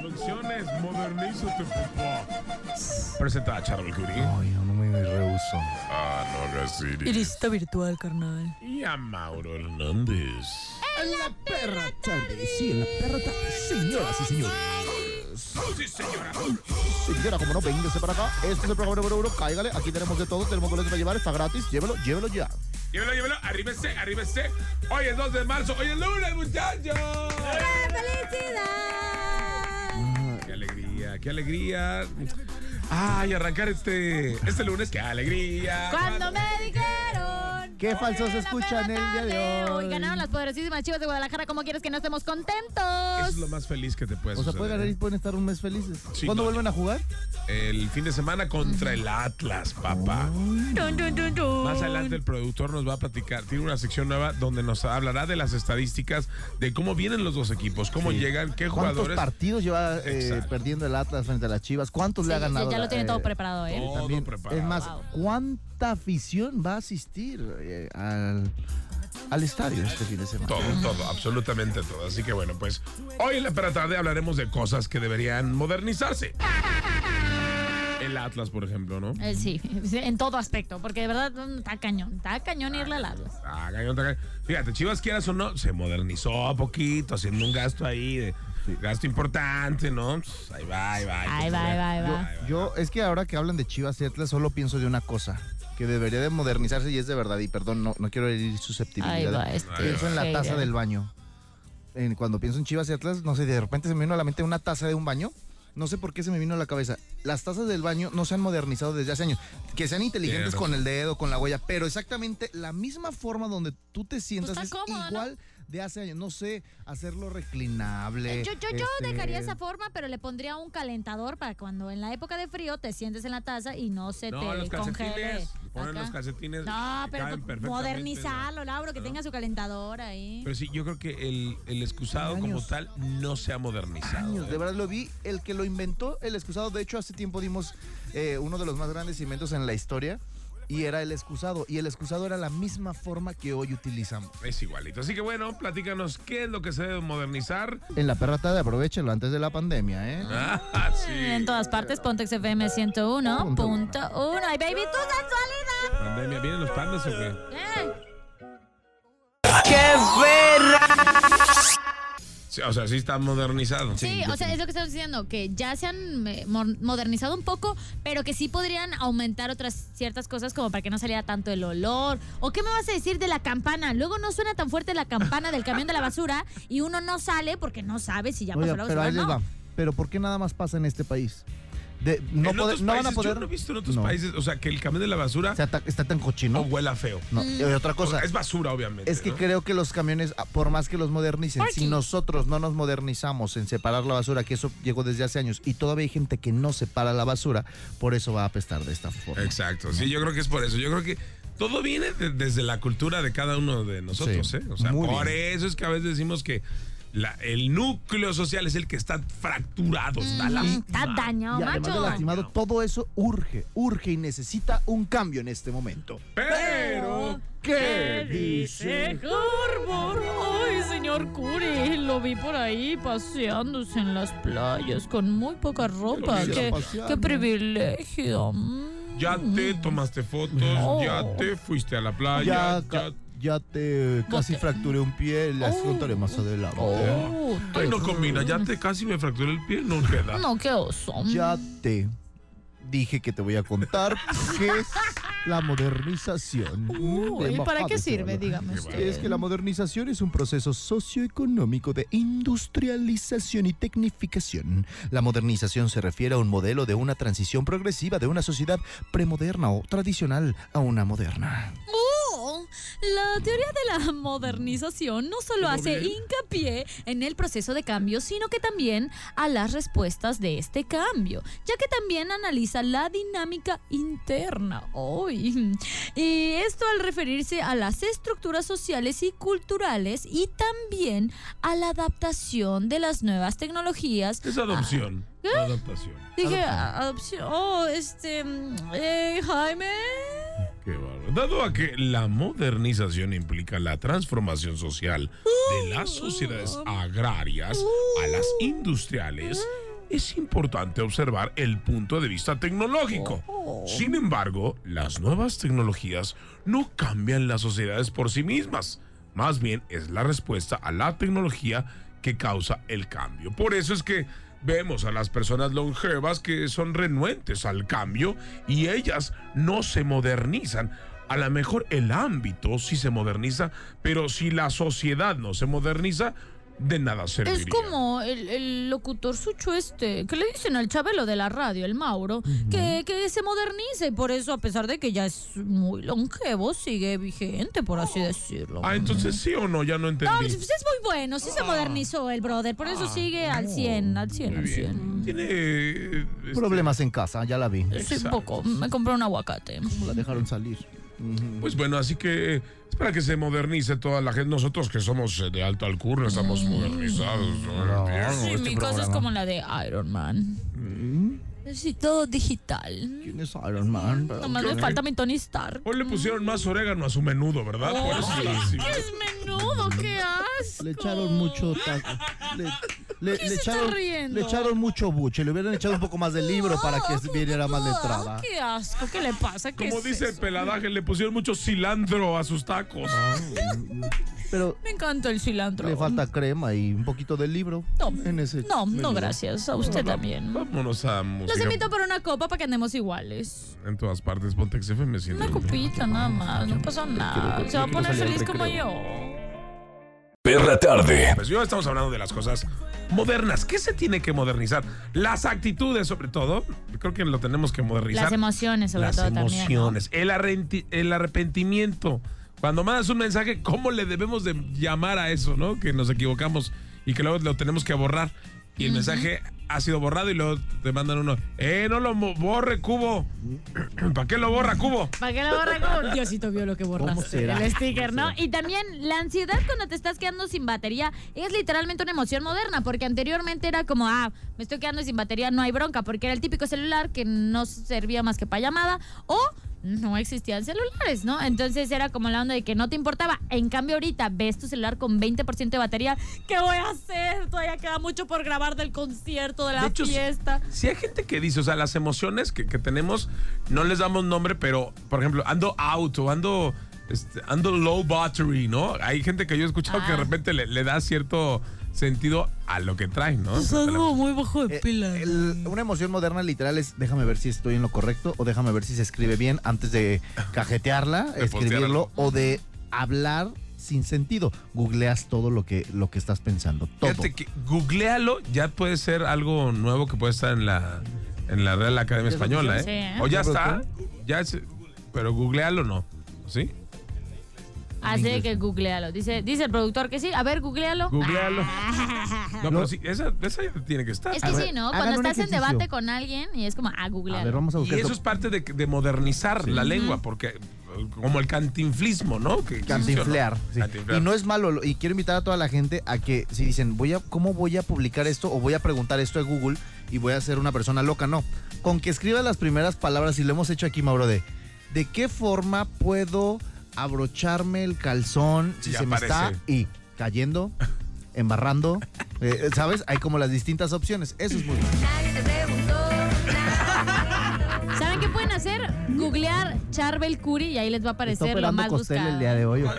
Producciones, modernízate, papá. Presenta a Charol Curie. no me rehuso. Ah, no, Gasiri. Irisita virtual, carnal. Y a Mauro Hernández. En la perra tarde, sí, en la perra tarde, señoras y señores. Sí, señora. Señora, como no, véngase para acá. Este es el programa número uno, cáigale. Aquí tenemos de todo, tenemos boletos para llevar, está gratis. Llévelo, llévelo ya. Llévelo, llévelo. Arríbese, arríbese. Hoy es 2 de marzo. Hoy es lunes, muchachos. ¡Qué alegría, qué alegría! Ay, arrancar este, este lunes, qué alegría. Cuando me dijeron. Qué falsos escuchan el día de hoy. Hoy ganaron las poderosísimas chivas de Guadalajara. ¿Cómo quieres que no estemos Eso es contentos? lo más feliz que te puedes O sea, pueden ganar y pueden estar un mes felices. Sí, ¿Cuándo no. vuelven a jugar? El fin de semana contra el Atlas, papá. Dun, dun, dun, dun. Más adelante el productor nos va a platicar, tiene una sección nueva donde nos hablará de las estadísticas, de cómo vienen los dos equipos, cómo llegan, qué ¿Cuántos jugadores. partidos lleva eh, Exacto. perdiendo el Atlas frente a las Chivas? ¿Cuántos le ha Sí, sí, ganado? ya lo la- tiene todo eh, preparado, ¿eh? Todo También, preparado. es más, Wow. ¿cuánta afición va a asistir eh, al, al estadio este fin de semana? Todo, todo, absolutamente todo. Así que bueno, pues hoy en la Pera tarde hablaremos de cosas que deberían modernizarse. El Atlas, por ejemplo, ¿no? Eh, sí, en todo aspecto. Porque de verdad mm, está cañón. Está cañón irle al Atlas. Ah, cañón, está cañón. Fíjate, Chivas quieras o no, se modernizó a poquito, haciendo un gasto ahí, de, gasto importante, ¿no? Pues, Ahí va, ahí va. Ahí va, ahí va, ahí va. Yo, es que ahora que hablan de Chivas y Atlas, solo pienso de una cosa. Que debería de modernizarse y es de verdad. Y perdón, no, no quiero herir Ahí susceptibilidad. va. Este. Pienso en la Ahí taza va. del baño. En- cuando pienso en Chivas y Atlas, no sé, de repente se me vino a la mente una taza de un baño. No sé por qué se me vino a la cabeza. Las tazas del baño no se han modernizado desde hace años. Que sean inteligentes Tienes con el dedo, con la huella, pero exactamente la misma forma donde tú te sientas Pues está es cómodo, ¿no? igual de hace años. No sé, hacerlo reclinable. Eh, Yo, yo, yo este, dejaría esa forma, pero le pondría un calentador para cuando en la época de frío te sientes en la taza y no se No, te los congele. calcetines. Ponen Acá. los calcetines. No, que pero caben pues, ¿eh? perfectamente, modernizarlo, Lauro, que ¿No? tenga su calentador ahí. Pero sí, yo creo que el, el excusado Años. como tal no se ha modernizado. años, ¿eh? de verdad lo vi. El que lo inventó, el excusado, de hecho hace tiempo dimos eh, uno de los más grandes inventos en la historia y era el excusado. Y el excusado era la misma forma que hoy utilizamos. Es igualito. Así que bueno, platícanos qué es lo que se debe modernizar. En la perra tarde, aprovechenlo antes de la pandemia, ¿eh? Ah, sí. En todas partes, Pontex FM 101.1. Ay, baby, tu sensualidad. Pandemia, ¿vienen los pandas o qué? Eh, Sí, o sea, sí está modernizado. Sí, o sea, es lo que estamos diciendo, que ya se han eh, mo- modernizado un poco, pero que sí podrían aumentar otras ciertas cosas como para que no saliera tanto el olor. ¿O qué me vas a decir de la campana? Luego no suena tan fuerte la campana del camión de la basura y uno no sale porque no sabe si ya pasó Oiga, la pero basura o ahí les no. Mm, va. Pero ¿por qué nada más pasa en este país? De- no, En poder- otros no van a países, poder. Yo no he visto en otros No. países, o sea, que el camión de la basura O sea, ta- está tan no cochino. huela feo. No, Y otra cosa. es basura, obviamente. Es que ¿no? creo que los camiones, ah, por más que los modernicen, si nosotros no nos modernizamos en separar la basura, que eso llegó desde hace años, y todavía hay gente que no separa la basura, por eso va a apestar de esta forma. Exacto. Sí, yo creo que es por eso. Yo creo que todo viene de- desde la cultura de cada uno de nosotros, Sí, ¿eh? O sea, muy por bien. eso es que a veces decimos que la- el núcleo social es el que está fracturado, está lastimado. Está dañado, Y además de macho. lastimado, todo eso urge, urge y necesita un cambio en este momento. Pero. ¿Qué dice Harbour? Ay, señor Curi, lo vi por ahí paseándose en las playas con muy poca ropa. Pero Qué, paseando. qué privilegio. Mm. Ya te tomaste fotos, No. ya te fuiste a la playa, Ya, ya. ca- ya te casi fracturé un pie, las contaré más adelante. Oh, Ay, no combina, ya te casi me fracturé el pie, no queda. no, qué oso. Ya Mm. te dije que te voy a contar qué es la modernización. Uy, De ¿Para Mojave, qué Sinaloa. sirve, dígame usted? Es que la modernización es un proceso socioeconómico de industrialización y tecnificación. La modernización se refiere a un modelo de una transición Este progresiva de una sociedad premoderna o tradicional a una moderna. Oh, La teoría de la modernización no solo Muy hace bien. hincapié en el proceso de cambio, sino que también a las respuestas de este cambio, ya que también analiza la dinámica interna. ¡Ay! Y esto al referirse a las estructuras sociales y culturales y también a la adaptación de las nuevas tecnologías. Es adopción. Adaptación. Dije, adopción. Oh, este. mm, eh, Jaime. Qué bárbaro. Dado a que la modernización implica la transformación social de las sociedades agrarias a las industriales, es importante observar el punto de vista tecnológico. Sin embargo, las nuevas tecnologías no cambian las sociedades por sí mismas. Más bien es la respuesta a la tecnología que causa el cambio. Por eso es que vemos a las personas longevas que son renuentes al cambio y ellas no se modernizan. A lo mejor el ámbito sí se moderniza, pero si la sociedad no se moderniza, de nada serviría. Es como el, el locutor sucho este, que le dicen al Chabelo de la radio, el Mauro, que, que se modernice y por eso, a pesar de que ya es muy longevo, sigue vigente, por Oh. así decirlo. Ah, entonces sí o no, ya no No, entendí. pues es muy bueno, sí Ah. se modernizó el brother, por eso sigue al 100, al 100, al 100. Tiene eh, este, Problemas en casa, ya la vi. Sí, un Exacto. poco, me compré un aguacate. ¿Cómo la dejaron salir? Ujú. Pues bueno, así que eh, es para que se modernice toda la gente. Nosotros que somos eh, de alto alcurno estamos Mm. modernizados. ¿no? No. Bien. Sí, este mi cosa programa. es Mm. como la de Iron Man. Sí, todo digital. ¿Quién es Iron Man? Nomás me falta mi Tony Stark. Hoy le pusieron más orégano a su menudo, ¿verdad? Por eso Ay, lo hicimos. ¡Qué es menudo! ¡Qué asco! Le echaron mucho taco. Le, le- ¿Qué le se está echaron, riendo? le echaron mucho buche. Le hubieran echado un poco más de libro para que viniera más letrada. Ah, ¡Qué asco! ¿Qué le pasa? ¿Qué Como es dice el eso? peladaje, le pusieron mucho cilantro a sus tacos. Ah. Pero Me encanta el cilantro. le falta crema y un poquito de libro. No, en ese no, no, menudo. gracias. A usted también. Vámonos a música. Los invito por una copa para que andemos iguales. En todas partes, Pontex FM. Una 101.1. copita nada más, no pasa nada. Se va a poner salir al feliz como yo. recreo. Perra tarde. Pues yo estamos hablando de las cosas modernas. ¿Qué se tiene que modernizar? Las actitudes, sobre todo. Creo que lo tenemos que modernizar. Las emociones, sobre Las todo emociones. El, arrenti- el arrepentimiento. Cuando mandas un mensaje, ¿cómo le debemos de llamar a eso, no? Que nos equivocamos y que luego lo tenemos que borrar. Y el mensaje ha sido borrado y luego te mandan uno, ¡eh, no lo mo- borre, cubo! ¿Para qué lo borra, cubo? ¿Para qué lo borra? Diosito vio lo que borraste. ¿Cómo será? El sticker, ¿no? Y también la ansiedad cuando te estás quedando sin batería es literalmente una emoción moderna, porque anteriormente era como, ah, me estoy quedando sin batería, no hay bronca, porque era el típico celular que no servía más que para llamada o no existían celulares, ¿no? Entonces era como la onda de que no te importaba. En cambio ahorita ves tu celular con 20% de batería, ¿qué voy a hacer? Todavía queda mucho por grabar del concierto, de la De hecho, sí. fiesta. Si hay gente que dice, o sea, las emociones que, que tenemos, no les damos nombre, pero, por ejemplo, ando auto, ando, este, ando low battery, ¿no? Hay gente que yo he escuchado que de Ah. repente le, le da cierto sentido a lo que traen, ¿no? Pues muy bajo Eh, el- una emoción moderna literal es déjame ver si estoy en lo correcto o déjame ver si se escribe bien antes de cajetearla, De escribirlo o de hablar sin sentido. Googleas todo lo que, lo que estás pensando. Todo. Fíjate que googlealo, ya puede ser algo nuevo que puede estar en la, en la Real Academia ¿Ya es Española, ¿eh? oficial? Sí, ¿eh? O ya ¿Ya está, brotó? ya es- pero googlealo no, ¿sí? Así de que googlealo. Dice, dice el productor que sí. A ver, googlealo. Googlealo. No, pero Lo- sí, esa, esa ya tiene que estar. Ah. Es que A ver, sí, ¿no? hagan Cuando un estás en ejercicio. debate con alguien y es como, ah, A ver, googlealo. vamos a Y buscar. eso es parte de, de modernizar la lengua, porque eh, como el cantinflismo, ¿no? Que Cantinflear, funcionó. sí. Cantinflear. Y no es malo, lo- y quiero invitar a toda la gente a que si dicen, voy a, ¿cómo voy a publicar esto? O voy a preguntar esto a Google y voy a ser una persona loca. No, con que escriba las primeras palabras, y lo hemos hecho aquí, Mauro, de ¿de qué forma puedo abrocharme el calzón si Y se me está aparece. y cayendo, embarrando? eh, ¿Sabes? Hay como las distintas opciones. Eso es muy bueno. ¿Saben qué pueden hacer? Googlear Charbel Curry y ahí les va a aparecer lo más Costel buscado. el día de hoy. ¿o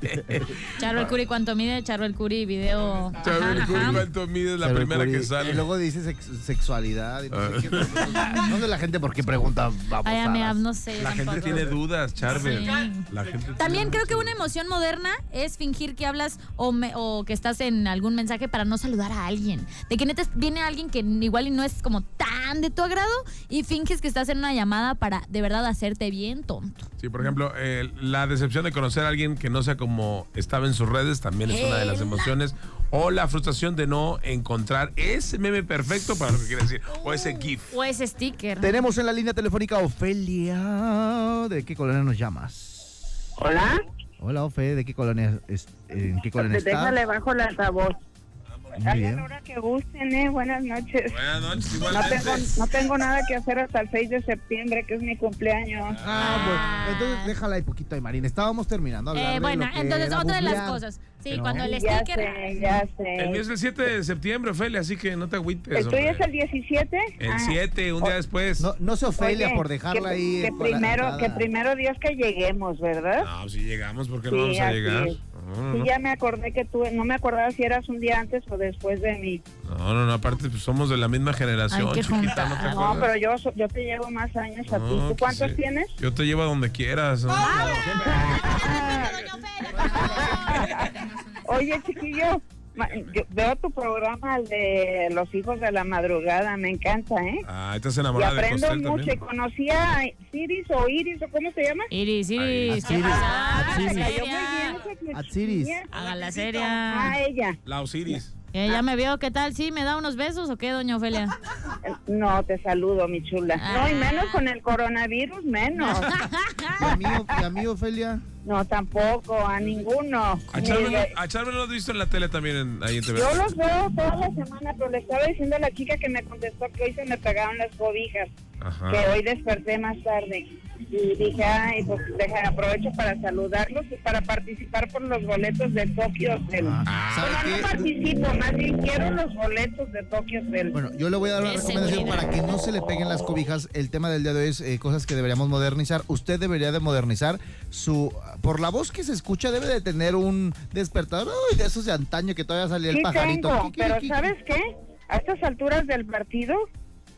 qué? Charbel Curry, ¿cuánto mide? Charbel Curry, video. Ajá, Charbel Curry, ajá. ¿cuánto mide? Es la Pero primera que Curi- sale. Y luego dice sex- sexualidad. Y no, sé qué. no sé la gente por qué pregunta Ay, a mí, babosadas. no sé. la gente tampoco. tiene dudas, Charbel. Sí. La gente También creo que una emoción moderna es fingir que hablas o, me- o que estás en algún mensaje para no saludar a alguien. De que neta viene alguien que igual y no es como tan de tu agrado y finges que estás en una llamada para de verdad hacerte bien tonto. Sí, por ejemplo, eh, la decepción de conocer a alguien que no sea como estaba en sus redes también es una de las emociones. O la frustración de no encontrar ese meme perfecto para lo que quiere decir. O ese Uh. GIF. O ese sticker. Tenemos en la línea telefónica a Ofelia. ¿De qué colonia nos llamas? Hola, Hola, Ofe, ¿de qué colonia es- en qué colonia te está? déjale bajo el altavoz. Muy bien. Ahora que gusten, eh, buenas noches. Buenas noches, No tengo, no tengo nada que hacer hasta el 6 de septiembre, que es mi cumpleaños. Ah, bueno. Entonces déjala ahí poquito ahí, Marina. Estábamos terminando. de hablar Eh, de bueno, lo que entonces era otra de las bulear. cosas. Sí, Pero- cuando el Ya sticker. sé, ya sé. El mío es el 7 de septiembre, Ophelia, así que no te agüites. ¿El tuyo hombre. es el 17? El Ah, 7, un día después. No, no se Ofelia oye, por dejarla que- ahí. Que con la primero, entrada. que primero Dios que lleguemos, ¿verdad? No, si llegamos, ¿por qué no Sí, vamos a así llegar? es. No, Sí, no, ya me acordé que tú, no me acordaba si eras un día antes o después de mí. no, no, no, no, aparte pues, somos de la misma generación, Hay que chiquita, juntar. ¿no te No, acuerdas? pero yo, so- yo te llevo más años a ti. No, ¿Tú pues, cuántos sí. tienes? Yo te llevo a donde quieras. ¿no? ¡Ah! Oye, chiquillo, ma- yo veo tu programa, el de los hijos de la madrugada, me encanta, ¿eh? Ah, estás Y enamorada de aprendo Costel mucho. Y también. conocía a Iris o Iris, o ¿cómo se llama? Iris, Iris. Iris, Ah, Iris. me cayó muy seria. bien esa mi A Iris. chiquilla. Haga la Ah, seria. ella. La Osiris. Eh, ya me veo, ¿qué tal? ¿Sí me da unos besos o qué, doña Ofelia? No, te saludo, mi chula. No, y menos con el coronavirus, menos. Y a mí, y a mí, Ofelia. No, tampoco, a ninguno. A Charmen, a Charmen lo has visto en la tele también, en- ahí en TV. Yo los veo toda la semana, pero le estaba diciendo a la chica que me contestó que hoy se me pegaron las cobijas, Ajá. que hoy desperté más tarde. Y dije, ay, pues deja, aprovecho para saludarlos y para participar por los boletos de Tokio Hotel. Ah, ¿sabe Bueno, qué? no participo, más bien quiero los boletos de Tokio Hotel. Bueno, yo le voy a dar una recomendación para que no se le peguen las cobijas. El tema del día de hoy es eh, cosas que deberíamos modernizar. Usted debería de modernizar su... Por la voz que se escucha debe de tener un despertador uy, de esos de antaño que todavía salía el sí pajarito. tengo, Qui, qui, pero qui, qui. ¿sabes qué? A estas alturas del partido,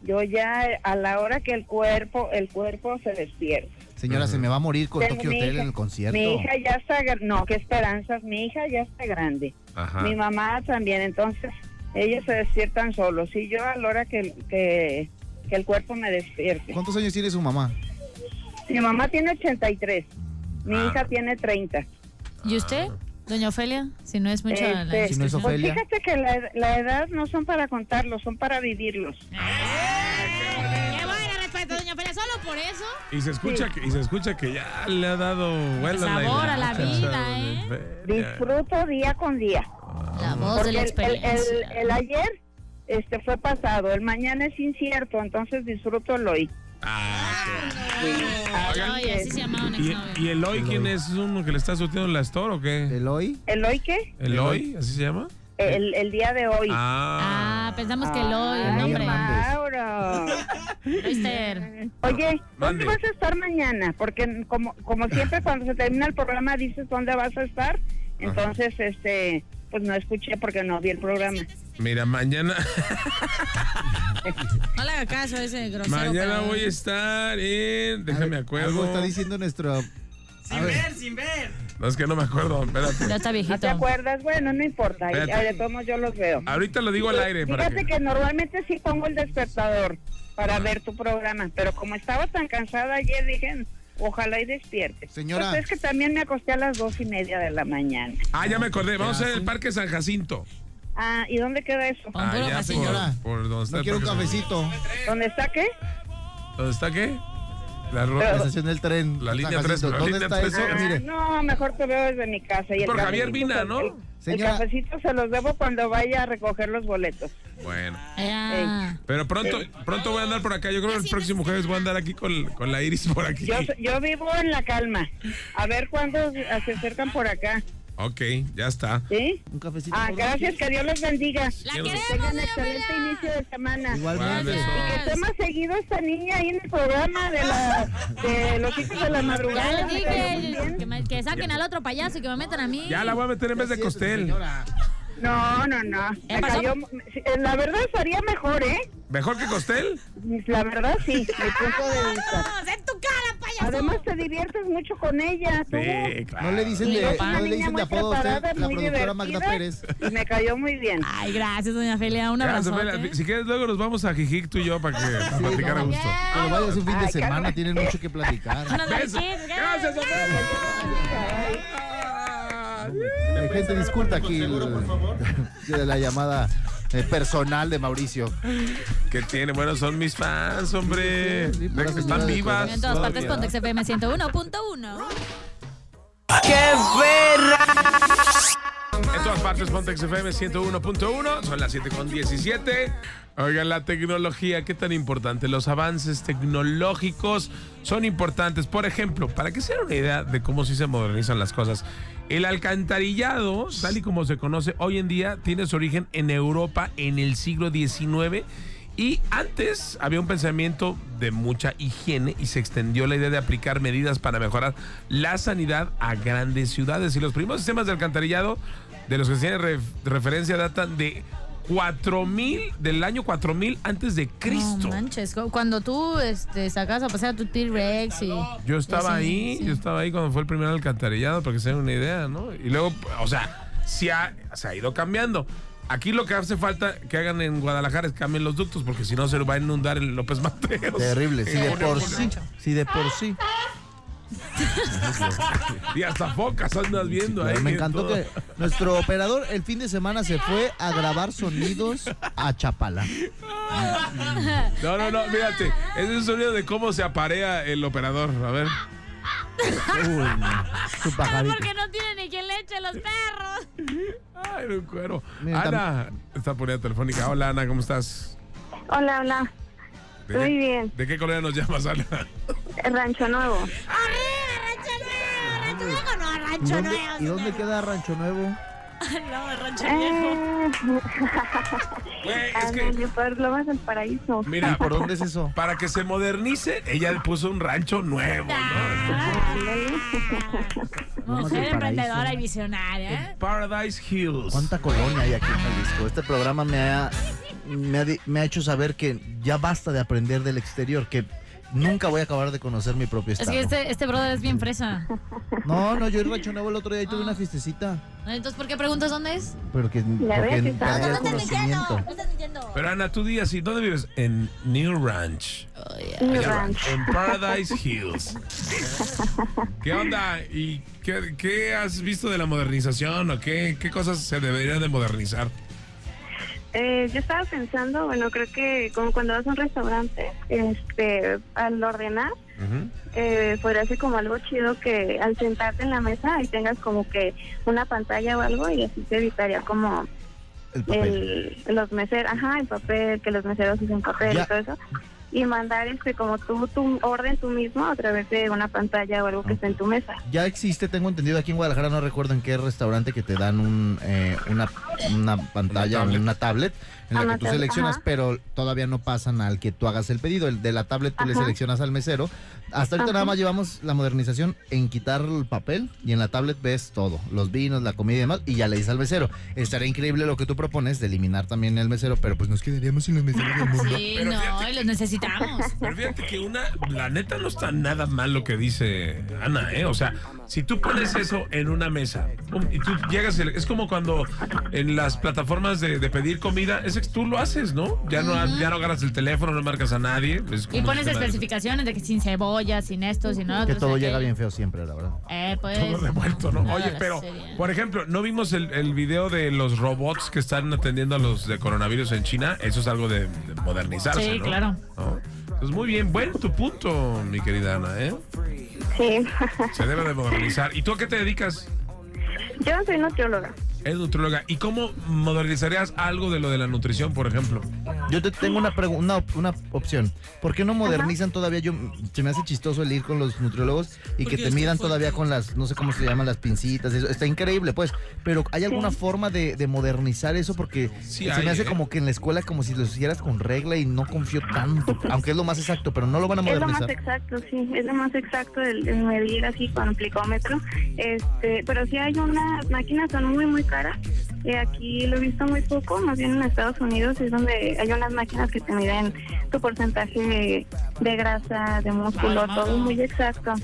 yo ya eh, a la hora que el cuerpo, el cuerpo se despierta. Señora, se me va a morir con Tengo Tokyo mi Hotel hija. en el concierto. Mi hija ya está, gr- no, qué esperanzas, mi hija ya está grande. Ajá. Mi mamá también, entonces ellos se despiertan solos y yo a la hora que, que, que el cuerpo me despierte. ¿Cuántos años tiene su mamá? Mi mamá tiene 83, mi Ah. hija tiene 30. ¿Y usted, doña Ofelia? Si no es mucho. la- Este, Si no es pues Ofelia. fíjate que la, ed- la edad no son para contarlos, son para vivirlos. ¡Eh! ¡Qué buena respuesta, doña Ofelia! Solo por eso. Y se escucha que y se escucha que ya le ha dado vuelo Sabor a la idea. vida, ¿eh? Disfruto día con día. La voz Porque de la el, el- el- experiencia. el ayer este fue pasado, el mañana es incierto, entonces disfruto el hoy. Ah, Ay, así se llamaba un qué- ¿Y, y exnovio. el hoy quién es uno que le está sorteando la store o qué? ¿El hoy? ¿El hoy qué? ¿El hoy? ¿Así se llama? El, el día de hoy. Ah, Eh. Ah. pensamos que el hoy, el Ay, nombre. Mauro. Loister. Oye, Mande. ¿dónde vas a estar mañana? Porque como, como siempre cuando se termina el programa dices dónde vas a estar, entonces este pues no escuché porque no vi el programa. Mira, mañana No le haga caso a ese grosero. mañana cabrón. voy a estar en déjame acuerdo. Algo está diciendo nuestro... Sin ver, sin ver. No es que no me acuerdo, Ya espérate. está ¿No te viejito. acuerdas? Bueno, no importa, ahí- Espérate. ahí de todos modos yo los veo. Ahorita lo digo al aire para Fíjate que que normalmente sí pongo el despertador para ver tu programa, pero como estaba tan cansada ayer dije, ojalá y despierte. Señora. Pues es que también me acosté a las dos y media de la mañana. Ah, ya me acordé. Vamos a ver el Parque San Jacinto. Ah, ¿y dónde queda eso? Con puro Allá pasillo. señora. por, por donde está No el quiero un Parque San- cafecito. ¿Dónde está qué? ¿Dónde está qué? La ro- La estación del tren. La San línea tres, Jacinto. la ¿Dónde línea está tres, eso? eh. Ah, Mire, no, mejor te veo desde mi casa. Y el Por Javier cafecito, Vina, el- ¿no? El, Señora. el cafecito se los debo cuando vaya a recoger los boletos. Bueno. Ya. Pero pronto, pronto voy a andar por acá. Yo creo que el próximo jueves voy a andar aquí con, con la Iris por aquí. Yo, yo vivo en la calma. A ver cuándo se acercan por acá. Ok, ya está. ¿Sí? un cafecito. Ah, por dos. gracias, que Dios los bendiga. La Quiero- queremos, Tengan doña excelente Ofelia. inicio de semana. Igual, Igualmente. beso. Que esté más seguido esta niña ahí en el programa de, la, de los hijos de la Ya madrugada. les dije que, me- que saquen al otro payaso y que me metan a mí. Ya la voy a meter en vez de Costel. Señora. No, no, no. ¿Qué Me pasó? cayó- eh, la verdad estaría mejor, ¿eh? ¿Mejor que Costel? La verdad sí, mi punto de vista. ¡Vamos! ¡En tu cara, payaso! Además te diviertes mucho con ella. tú. Sí, No claro. le dicen Y de, es una no le niña dicen de muy apodo a usted, preparada, la muy productora Magda divertida, Pérez. y me cayó muy bien. Ay, gracias, doña Felia. Un Gracias, abrazo. Fela. Si quieres, luego nos vamos a Jijic tú y yo para que para Sí, platicar a no. gusto. Pero vaya, es un fin de Ay, semana, Carmen. tienen mucho que platicar. Besos. Gracias, Hay Eh, gente disculpa aquí el- de la llamada eh, personal de Mauricio. ¿Qué tiene? Bueno, son mis fans, hombre. sí, sí, De pura que señora están de vivas. En todas partes, todavía. Pontex FM 101.1. En todas partes, Pontex FM 101.1. Son las 7.17. Oigan, la tecnología, qué tan importante. Los avances tecnológicos son importantes. Por ejemplo, para que se den una idea de cómo sí se modernizan las cosas, el alcantarillado, tal y como se conoce hoy en día, tiene su origen en Europa en el siglo XIX. Y antes había un pensamiento de mucha higiene y se extendió la idea de aplicar medidas para mejorar la sanidad a grandes ciudades. Y los primeros sistemas de alcantarillado de los que se tiene ref- referencia datan de 4000, del año 4000 antes de Cristo. No manches, cu- cuando tú este, sacas a pasear a tu T-Rex y... yo estaba Sí, ahí, sí. yo estaba ahí cuando fue el primer alcantarillado, para que se den una idea, ¿no? Y luego, o sea, se ha, se ha ido cambiando. Aquí lo que hace falta que hagan en Guadalajara es cambien los ductos, porque si no se va a inundar el López Mateos. Terrible, si de por sí, si de por sí. Y hasta focas andas viendo ahí. Pero me en encantó todo. que nuestro operador el fin de semana se fue a grabar sonidos a Chapala. No, no, no, fíjate. Ese es el sonido de cómo se aparea el operador. A ver. Uy, no, Ah, su pajarito. Porque no tienen ni quien le eche los perros. Ay, un cuero. Mira, Ana, está por ahí telefónica. Hola, Ana, ¿cómo estás? Hola, hola. ¿De Muy qué- bien. ¿De qué colonia nos llamas, Ana? Rancho Nuevo. ¡Arriba, Rancho Nuevo! ¡Rancho Nuevo! No, ¿Y Rancho dónde, Nuevo. y dónde queda Rancho Nuevo? No, Rancho Viejo. Eh, Güey, es ah, no, que, yo por Lomas del Paraíso. mira, ¿Por dónde es eso? para que se modernice, ella le puso un rancho nuevo. ¿no? Ah. Lomas del Mujer emprendedora Paraíso. y visionaria. ¿eh? En Paradise Hills. ¿Cuánta colonia hay aquí en Jalisco? Este programa me ha, me, ha, di- me ha hecho saber que ya basta de aprender del exterior, que nunca voy a acabar de conocer mi propio Es estado. que este, este brother es bien fresa. No, no, yo en Rancho Nuevo el otro día y tuve una fiestecita. Entonces, ¿por qué preguntas dónde es? Pero que Ya ves, porque está- perdí el No, no te conocimiento. estás mintiendo. Pero Ana, tú di así, ¿dónde vives? En New Ranch. Mi Allá, rancho. En Paradise Hills. ¿Qué onda? ¿Y qué, qué has visto de la modernización o qué, qué cosas se deberían de modernizar? Eh, yo estaba pensando, bueno, creo que como cuando vas a un restaurante, este, al ordenar, eh, podría ser como algo chido que al sentarte en la mesa y tengas como que una pantalla o algo y así te evitaría como El papel. el, los meseros, ajá, el papel, que los meseros usen papel Ya. y todo eso. Y mandar este como tú tu orden tú mismo a través de una pantalla o algo Ah. que esté en tu mesa. Ya existe, tengo entendido, aquí en Guadalajara, no recuerdo en qué restaurante que te dan un, eh, una, una pantalla, Una una tablet. tablet, en la Ah, una que tú tablet, seleccionas, ajá. pero todavía no pasan al que tú hagas el pedido. El de la tablet tú le Ajá. seleccionas al mesero. Hasta ahorita Ajá. nada más llevamos la modernización en quitar el papel y en la tablet ves todo, los vinos, la comida y demás, y ya le dices al mesero. Estaría increíble lo que tú propones de eliminar también el mesero, pero pues nos quedaríamos sin los meseros del mundo. Sí, Pero no, fíjate- y los necesitamos. Pero fíjate que una, la neta no está nada mal lo que dice Ana, ¿eh? O sea, si tú pones eso en una mesa pum, y tú llegas, y le- es como cuando en las plataformas de, de pedir comida, es que tú lo haces, ¿no? Ya no, ya no agarras el teléfono, no marcas a nadie. es como Y pones si- especificaciones de que sin cebolla, sin esto, sin otro. Que o sea, todo llega bien feo siempre, la verdad. Eh, pues. Todo revuelto, ¿no? Nada de Oye, la pero, serie. por ejemplo, ¿no vimos el, el video de los robots que están atendiendo a los de coronavirus en China? Eso es algo de, de modernizarse, Sí, ¿no? claro. ¿No? Pues muy bien, buen tu punto, mi querida Ana, ¿eh? Sí. Se debe de modernizar. ¿Y tú a qué te dedicas? yo soy nutrióloga. Eres nutróloga. ¿Y cómo modernizarías algo de lo de la nutrición, por ejemplo? Yo te tengo una, pregu- una, op- una opción. ¿Por qué no modernizan todavía? Yo se me hace chistoso el ir con los nutriólogos y que te midan todavía con las, no sé cómo se llaman, las pincitas. Eso. Está increíble, pues. Pero ¿hay alguna forma de, de modernizar eso? Porque Sí se hay, me hace ¿eh? como que en la escuela como si lo hicieras con regla y no confío tanto. Aunque es lo más exacto, pero no lo van a Es lo más modernizar. exacto, sí, es lo más exacto el, el medir así con plicómetro. Este, pero sí hay unas máquinas, son muy, muy caras. Y aquí lo he visto muy poco, más bien en Estados Unidos es donde hay unas máquinas que te miden tu porcentaje de grasa, de músculo, todo muy exacto.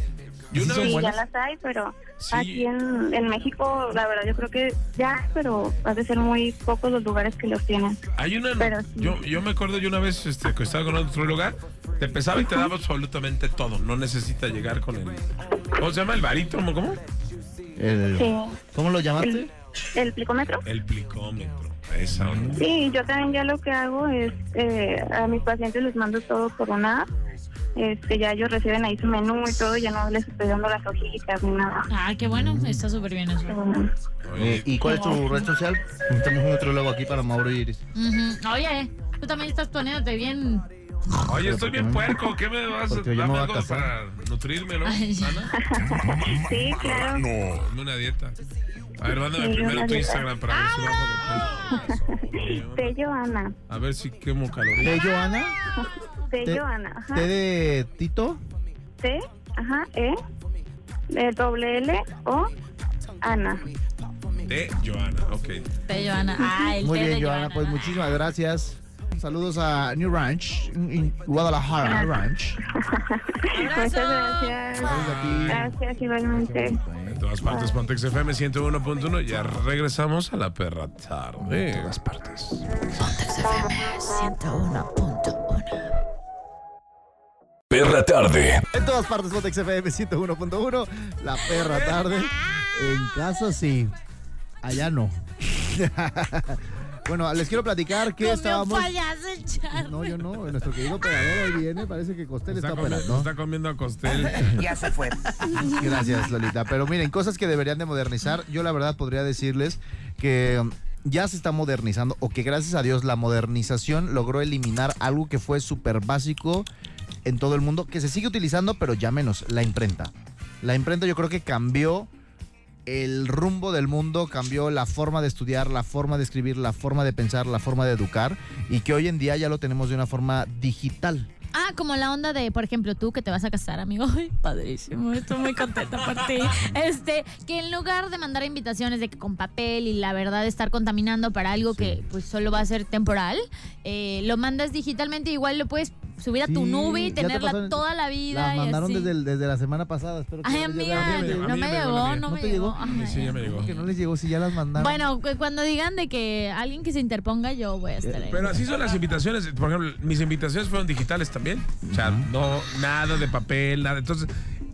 Y una vez- Sí, ya las hay, pero Sí. aquí en, en México, la verdad, yo creo que ya, pero ha de ser muy pocos los lugares que los tienen. Hay una, Pero sí. yo, yo me acuerdo yo una vez este, que estaba con otro lugar, te pesaba y te daba absolutamente todo. No necesita llegar con el. ¿Cómo se llama? ¿El varito? ¿Cómo? cómo? El- Eh, Sí. ¿Cómo lo llamaste? ¿El, el plicómetro? El plicómetro. Esa onda. Sí, yo también ya lo que hago es, eh, a mis pacientes les mando todo por una app. Este, ya ellos reciben ahí su menú y todo, ya no les estoy dando las hojitas ni nada. Ah, qué bueno, está súper bien eso. Eh, Oye, ¿Y cuál es tu red social? Necesitamos un nutriólogo aquí para Mauro y Iris. Ujú. Oye, tú también estás poniéndote bien. Oye, estoy bien puerco. ¿Qué me vas a Porque yo me voy dar a algo casar. para nutrirme, no? Ay. Ana, Sí, claro. Dame una dieta. A ver, mándame Sí, primero una tu dieta. Instagram para ver si bajo de peso. Te Joana. A ver si quemo calorías. ¿Te Joana? Te Te- Joana. Ajá. ¿T de Tito? T, ajá, E, eh, doble L, O, Ana. De Joana, ok. Te, Joana. Ah, el Muy té de bien, Joana. Joana. Pues muchísimas gracias. Saludos a New Ranch, en- en Guadalajara, New Ranch. Muchas gracias. Gracias, igualmente. En todas partes, Pontex FM 101.1. Ya regresamos a la perra tarde. En todas partes. Perra tarde. En todas partes, Botex FM 101.1. La perra tarde. En casa sí. Allá no. bueno, les quiero platicar que Comió estábamos. payaso el Charlie. No, yo no. Nuestro querido operador hoy viene. Parece que Costel está, Está operando. comiendo, está comiendo a costel. Ya se fue. Gracias, Lolita. Pero miren, cosas que deberían de modernizar. Yo la verdad podría decirles que mm, ya se está modernizando o que gracias a Dios la modernización logró eliminar algo que fue súper básico en todo el mundo, que se sigue utilizando, pero ya menos, la imprenta. La imprenta yo creo que cambió el rumbo del mundo, cambió la forma de estudiar, la forma de escribir, la forma de pensar, la forma de educar y que hoy en día ya lo tenemos de una forma digital. Ah, como la onda de, por ejemplo, tú que te vas a casar, amigo. Ay, padrísimo, estoy muy contenta por ti. Este, que en lugar de mandar invitaciones de que con papel y la verdad estar contaminando para algo que pues solo va a ser temporal, eh, lo mandas digitalmente, igual lo puedes subir a tu Sí, nube y ya te tenerla pasaron- toda la vida. Las y mandaron así. desde, el- desde la semana pasada. Espero que Ay, ya les llegue. amiga, A mí me- no a mí me me llegó la llegó, mía. no ¿No me te llegó. llegó? Ay. Sí, ya me llegó. ¿Cómo que no les llegó si ya las mandaron? Bueno, cu- cuando digan de que alguien que se interponga, yo voy a estar ahí. Pero así son las invitaciones. Por ejemplo, mis invitaciones fueron digitales también. O sea, no, nada de papel, nada. Entonces,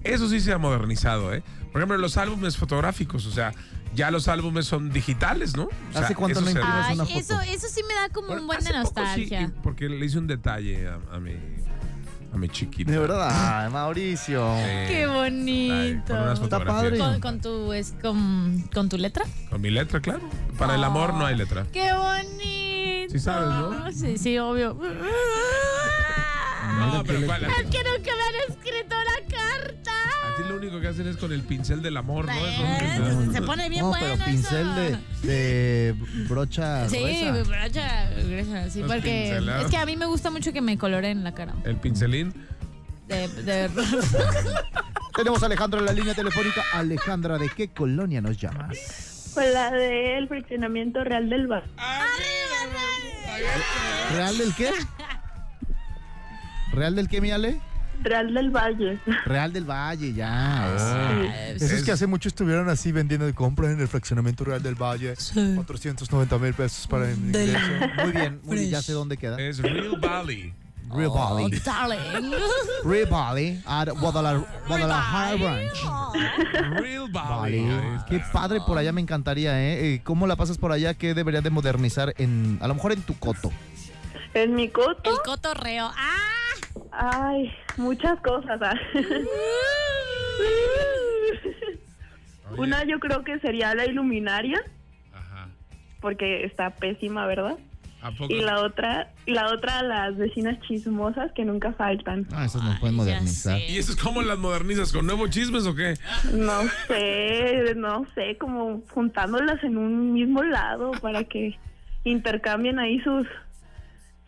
eso sí se ha modernizado, ¿eh? Por ejemplo, los álbumes fotográficos, o sea, ya los álbumes son digitales, ¿no? O sea, ¿Hace cuánto eso no se- encuentras Ay, una foto. eso, eso sí me da como Bueno, un buen de hace poco sí, nostalgia. y- porque le hice un detalle a, a mi, a mi chiquita. De verdad, Ay, Mauricio. Eh, Qué bonito. con unas Está fotografías. padre. con, con tu es con, con tu letra. Con mi letra, claro. Para el amor no hay letra. Qué bonito. Sí sabes, ¿no? Sí, sí, obvio. No, pero ¿cuál? Es que nunca me han escrito la carta. A ti lo único que hacen es con el pincel del amor, ¿no? Es un- Eh, Se pone bien no, bueno pero pincel eso. de, de brocha Sí, gruesa. brocha, gruesa, sí, Los porque pincelados. es que a mí me gusta mucho que me coloreen la cara. El pincelín. De, de- Tenemos a Alejandra en la línea telefónica. Alejandra, ¿de qué colonia nos llamas? Con la del fraccionamiento real del bar. ¿Real del qué? ¿Real del qué, mi Ale? Real del Valle. Real del Valle, ya. Esos Es- que hace mucho estuvieron así vendiendo de compra en el fraccionamiento Real del Valle. 490 mil pesos para el ingreso. Eh, Muy bien, muy bien, ya sé dónde queda. Es Real Valley. Real Oh, Valley. darling. Real Valley at Guadala- Guadalajara Ranch. Real Valley. Ahí Qué está. padre por allá, me encantaría, ¿eh? Eh, ¿Cómo la pasas por allá? ¿Qué deberías de modernizar en, a lo mejor en tu coto? En mi coto, El cotorreo. ¡Ah! ay, muchas cosas. ah. Una yo creo que sería la iluminaria, Ajá. porque está pésima, ¿verdad? ¿A poco? Y la otra, y la otra las vecinas chismosas que nunca faltan. Ah, esas nos pueden ya modernizar. sé. ¿Y eso es como las modernizas? ¿Con nuevos chismes o qué? No sé, no sé, como juntándolas en un mismo lado para que intercambien ahí sus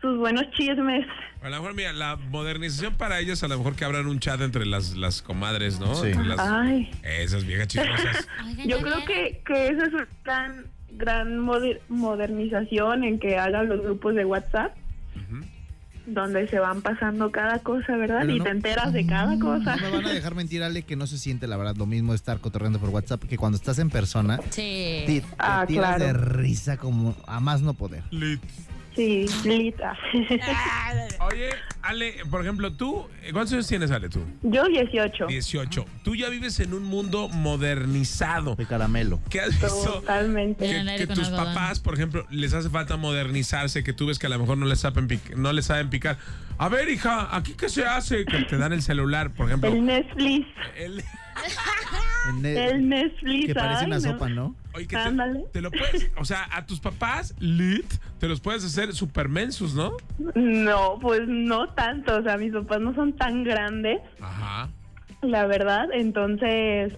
sus buenos chismes. A lo mejor, mira, la modernización para ellas, a lo mejor que abran un chat entre las, las comadres, ¿no? Sí. Entre las- Ay, esas viejas chismosas. Oigan, yo ya creo viene. que, que esa es una gran, gran moder- modernización en que hagan los grupos de WhatsApp. donde se van pasando cada cosa, ¿verdad? Pero y no- Mm. te enteras de cada cosa. No me van a dejar mentir, Ale, que no se siente, la verdad, lo mismo estar cotorreando por WhatsApp que cuando estás en persona. Sí. Te, te Ah, tiras claro. de risa como a más no poder. Lit. Sí, lita. Oye, Ale, por ejemplo, tú, eh, ¿cuántos años tienes, Ale, tú? Yo 18. 18. Tú ya vives en un mundo modernizado. De caramelo. ¿Qué has visto? Totalmente. En el Que, aire que con tus algodón. papás, por ejemplo, les hace falta modernizarse, que tú ves que a lo mejor no les saben, pic- no les saben picar. A ver, hija, ¿aquí qué se hace? Que te dan el celular, por ejemplo. El Netflix. El- En el- El Netflix. que parece ay, una no. sopa, ¿no? Oye, que te- Ándale. te, lo puedes, o sea, a tus papás, lit, te los puedes hacer supermensos, ¿no? No, pues no tanto. O sea, mis papás no son tan grandes, Ajá. la verdad. Entonces,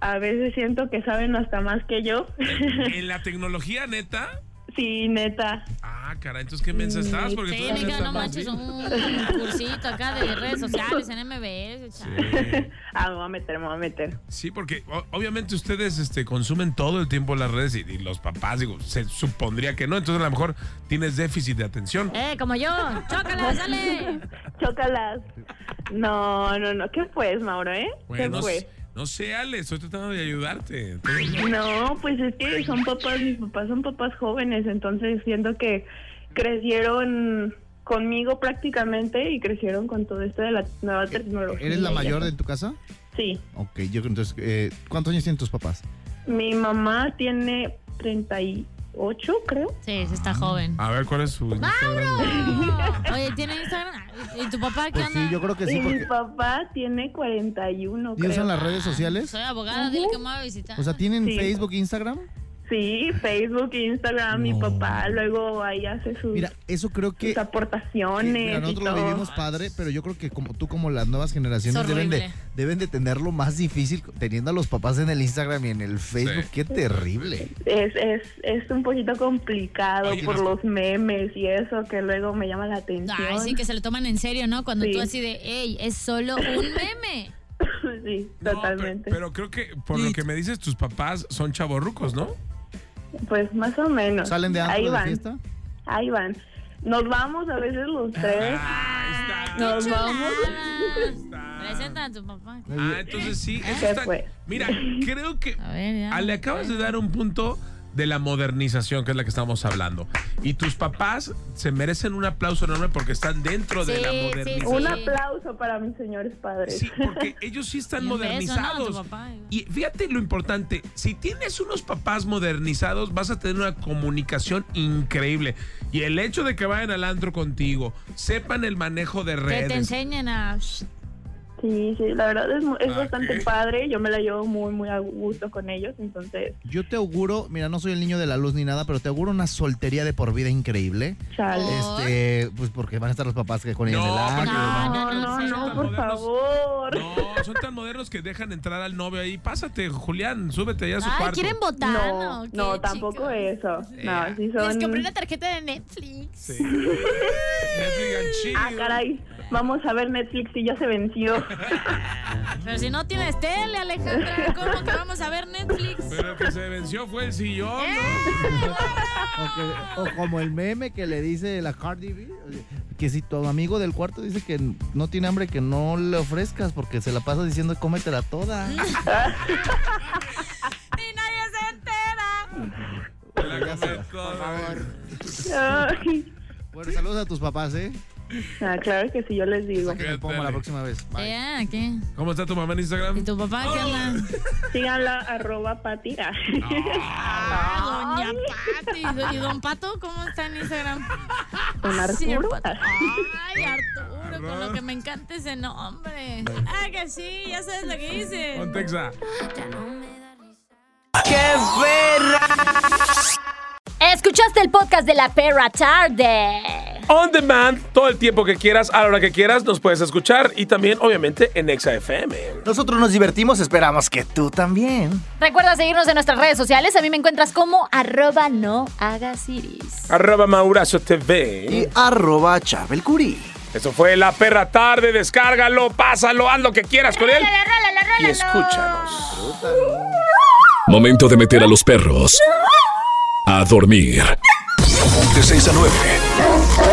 a veces siento que saben hasta más que yo. En la tecnología, neta. sí, neta. Ah, cara, entonces qué mensa estás, porque tú Sí, también me quedo, estás no más manches, bien. un cursito acá de redes sociales, en MBS. chale. Ah, me voy a meter, me voy a meter. Sí, porque o- obviamente ustedes este, consumen todo el tiempo las redes y, y los papás, digo, se supondría que no, entonces a lo mejor tienes déficit de atención. Eh, como yo. Chócala, sale. Chócalas. No, no, no. ¿Qué pues, Mauro, eh? ¿Qué Bueno, pues? no sé, Ale, estoy tratando de ayudarte. No, pues es que son papás, mis papás son papás jóvenes, entonces siento que crecieron conmigo prácticamente y crecieron con todo esto de la nueva tecnología. ¿Eres la mayor de tu casa? Sí, Ok, yo creo, entonces, eh, ¿cuántos años tienen tus papás? mi mamá tiene 38, creo. Sí, se está joven. A ver, ¿cuál es su... ¡Mauro! Oye, ¿tiene Instagram? ¿Y tu papá qué Pues onda? sí, yo creo que sí, y mi porque papá tiene 41, ¿y creo. usan las redes sociales. Soy abogada, dile que me va a visitar. O sea, ¿tienen Sí. Facebook, Instagram? Sí, Facebook, Instagram, mi No. papá luego ahí hace sus, Mira, eso creo que... sus aportaciones Mira, y nosotros lo todo. vivimos padre, pero yo creo que como tú, como las nuevas generaciones, Es deben de, horrible. deben de tenerlo más difícil teniendo a los papás en el Instagram y en el Facebook. Sí. ¡Qué terrible! Es, es, es un poquito complicado Oye, por no- los memes y eso que luego me llama la atención. Ay, sí, que se lo toman en serio, ¿no? Cuando Sí. tú así de, ey, es solo un meme. Sí, No, pe- totalmente. Pero, creo que por lo que me dices, tus papás son chavorrucos, ¿no? Pues más o menos. ¿Salen de Ahí antro de van, fiesta? ahí van. Nos vamos a veces los tres. Ah, ahí Nos Chulada. vamos. Presenta a tu papá. Ah, entonces sí. eso ¿Qué está- fue? Mira, creo que A ver, ya. Ah, le acabas de dar un punto de la modernización, que es la que estamos hablando. Y tus papás se merecen un aplauso enorme porque están dentro de Sí, la sí, modernización. Un Sí. aplauso para mis señores padres. Sí, porque ellos sí están Y un beso, modernizados. ¿no? Tu papá. Y fíjate lo importante, si tienes unos papás modernizados, vas a tener una comunicación increíble. Y el hecho de que vayan al antro contigo, sepan el manejo de Que redes. te enseñen a... Sí, sí, la verdad es, mu- es Ah, bastante ok. padre. Yo me la llevo muy, muy a gusto con ellos. Entonces, Yo te auguro, mira, no soy el niño de la luz ni nada, pero te auguro una soltería de por vida increíble. chale. ¿Por? Este, pues porque van a estar los papás que con ella en No, el porque antro. no. Ah, No, no, sí, no, tan por modernos. favor. No, son tan modernos que dejan entrar al novio ahí. Pásate, Julián, súbete ya a su Ay, cuarto. ¿quieren votar? No, ¿Qué, no, tampoco chicos? eso. Eh, No, sí Les compré son. una tarjeta de Netflix. Sí. Netflix and chill. Ah, caray. Vamos a ver Netflix y ya se venció. Pero si no tienes tele, Alejandra, ¿cómo que vamos a ver Netflix? Pero el que se venció fue el sillón. ¿Eh? O, que- o como el meme que le dice la Cardi B, que si tu amigo del cuarto dice que no tiene hambre, que no le ofrezcas porque se la pasa diciendo cómetela toda. Y nadie se entera. La come toda. Ay. Bueno, saludos a tus papás, ¿eh? Ah, claro que sí, yo les digo. Que me pongo la próxima vez. Bye. Ya, ¿qué? ¿Cómo está tu mamá en ¿Y Instagram? tu papá qué onda? Ah. Síganla, arroba patira. Ah, doña Pati. ¿Y do- ¿Y don Pato cómo está en Instagram? Con Sí, el Arturo. Pato. Ay, Arturo, con lo que me encanta ese nombre. Ah, que sí, ya sabes lo que dice. Contexa. Escuchaste el podcast de la perra tarde. On demand, todo el tiempo que quieras, a la hora que quieras, nos puedes escuchar y también, obviamente, en Exa FM. Nosotros nos divertimos, esperamos que tú también. Recuerda seguirnos en nuestras redes sociales. A mí me encuentras como arroba no hagas iris. Arroba Maurazo TV. Y arroba Chabel Curi. Eso fue La Perra Tarde. Descárgalo, pásalo, haz lo que quieras con él. Y escúchanos. Momento de meter a los perros a dormir. De 6 a 9.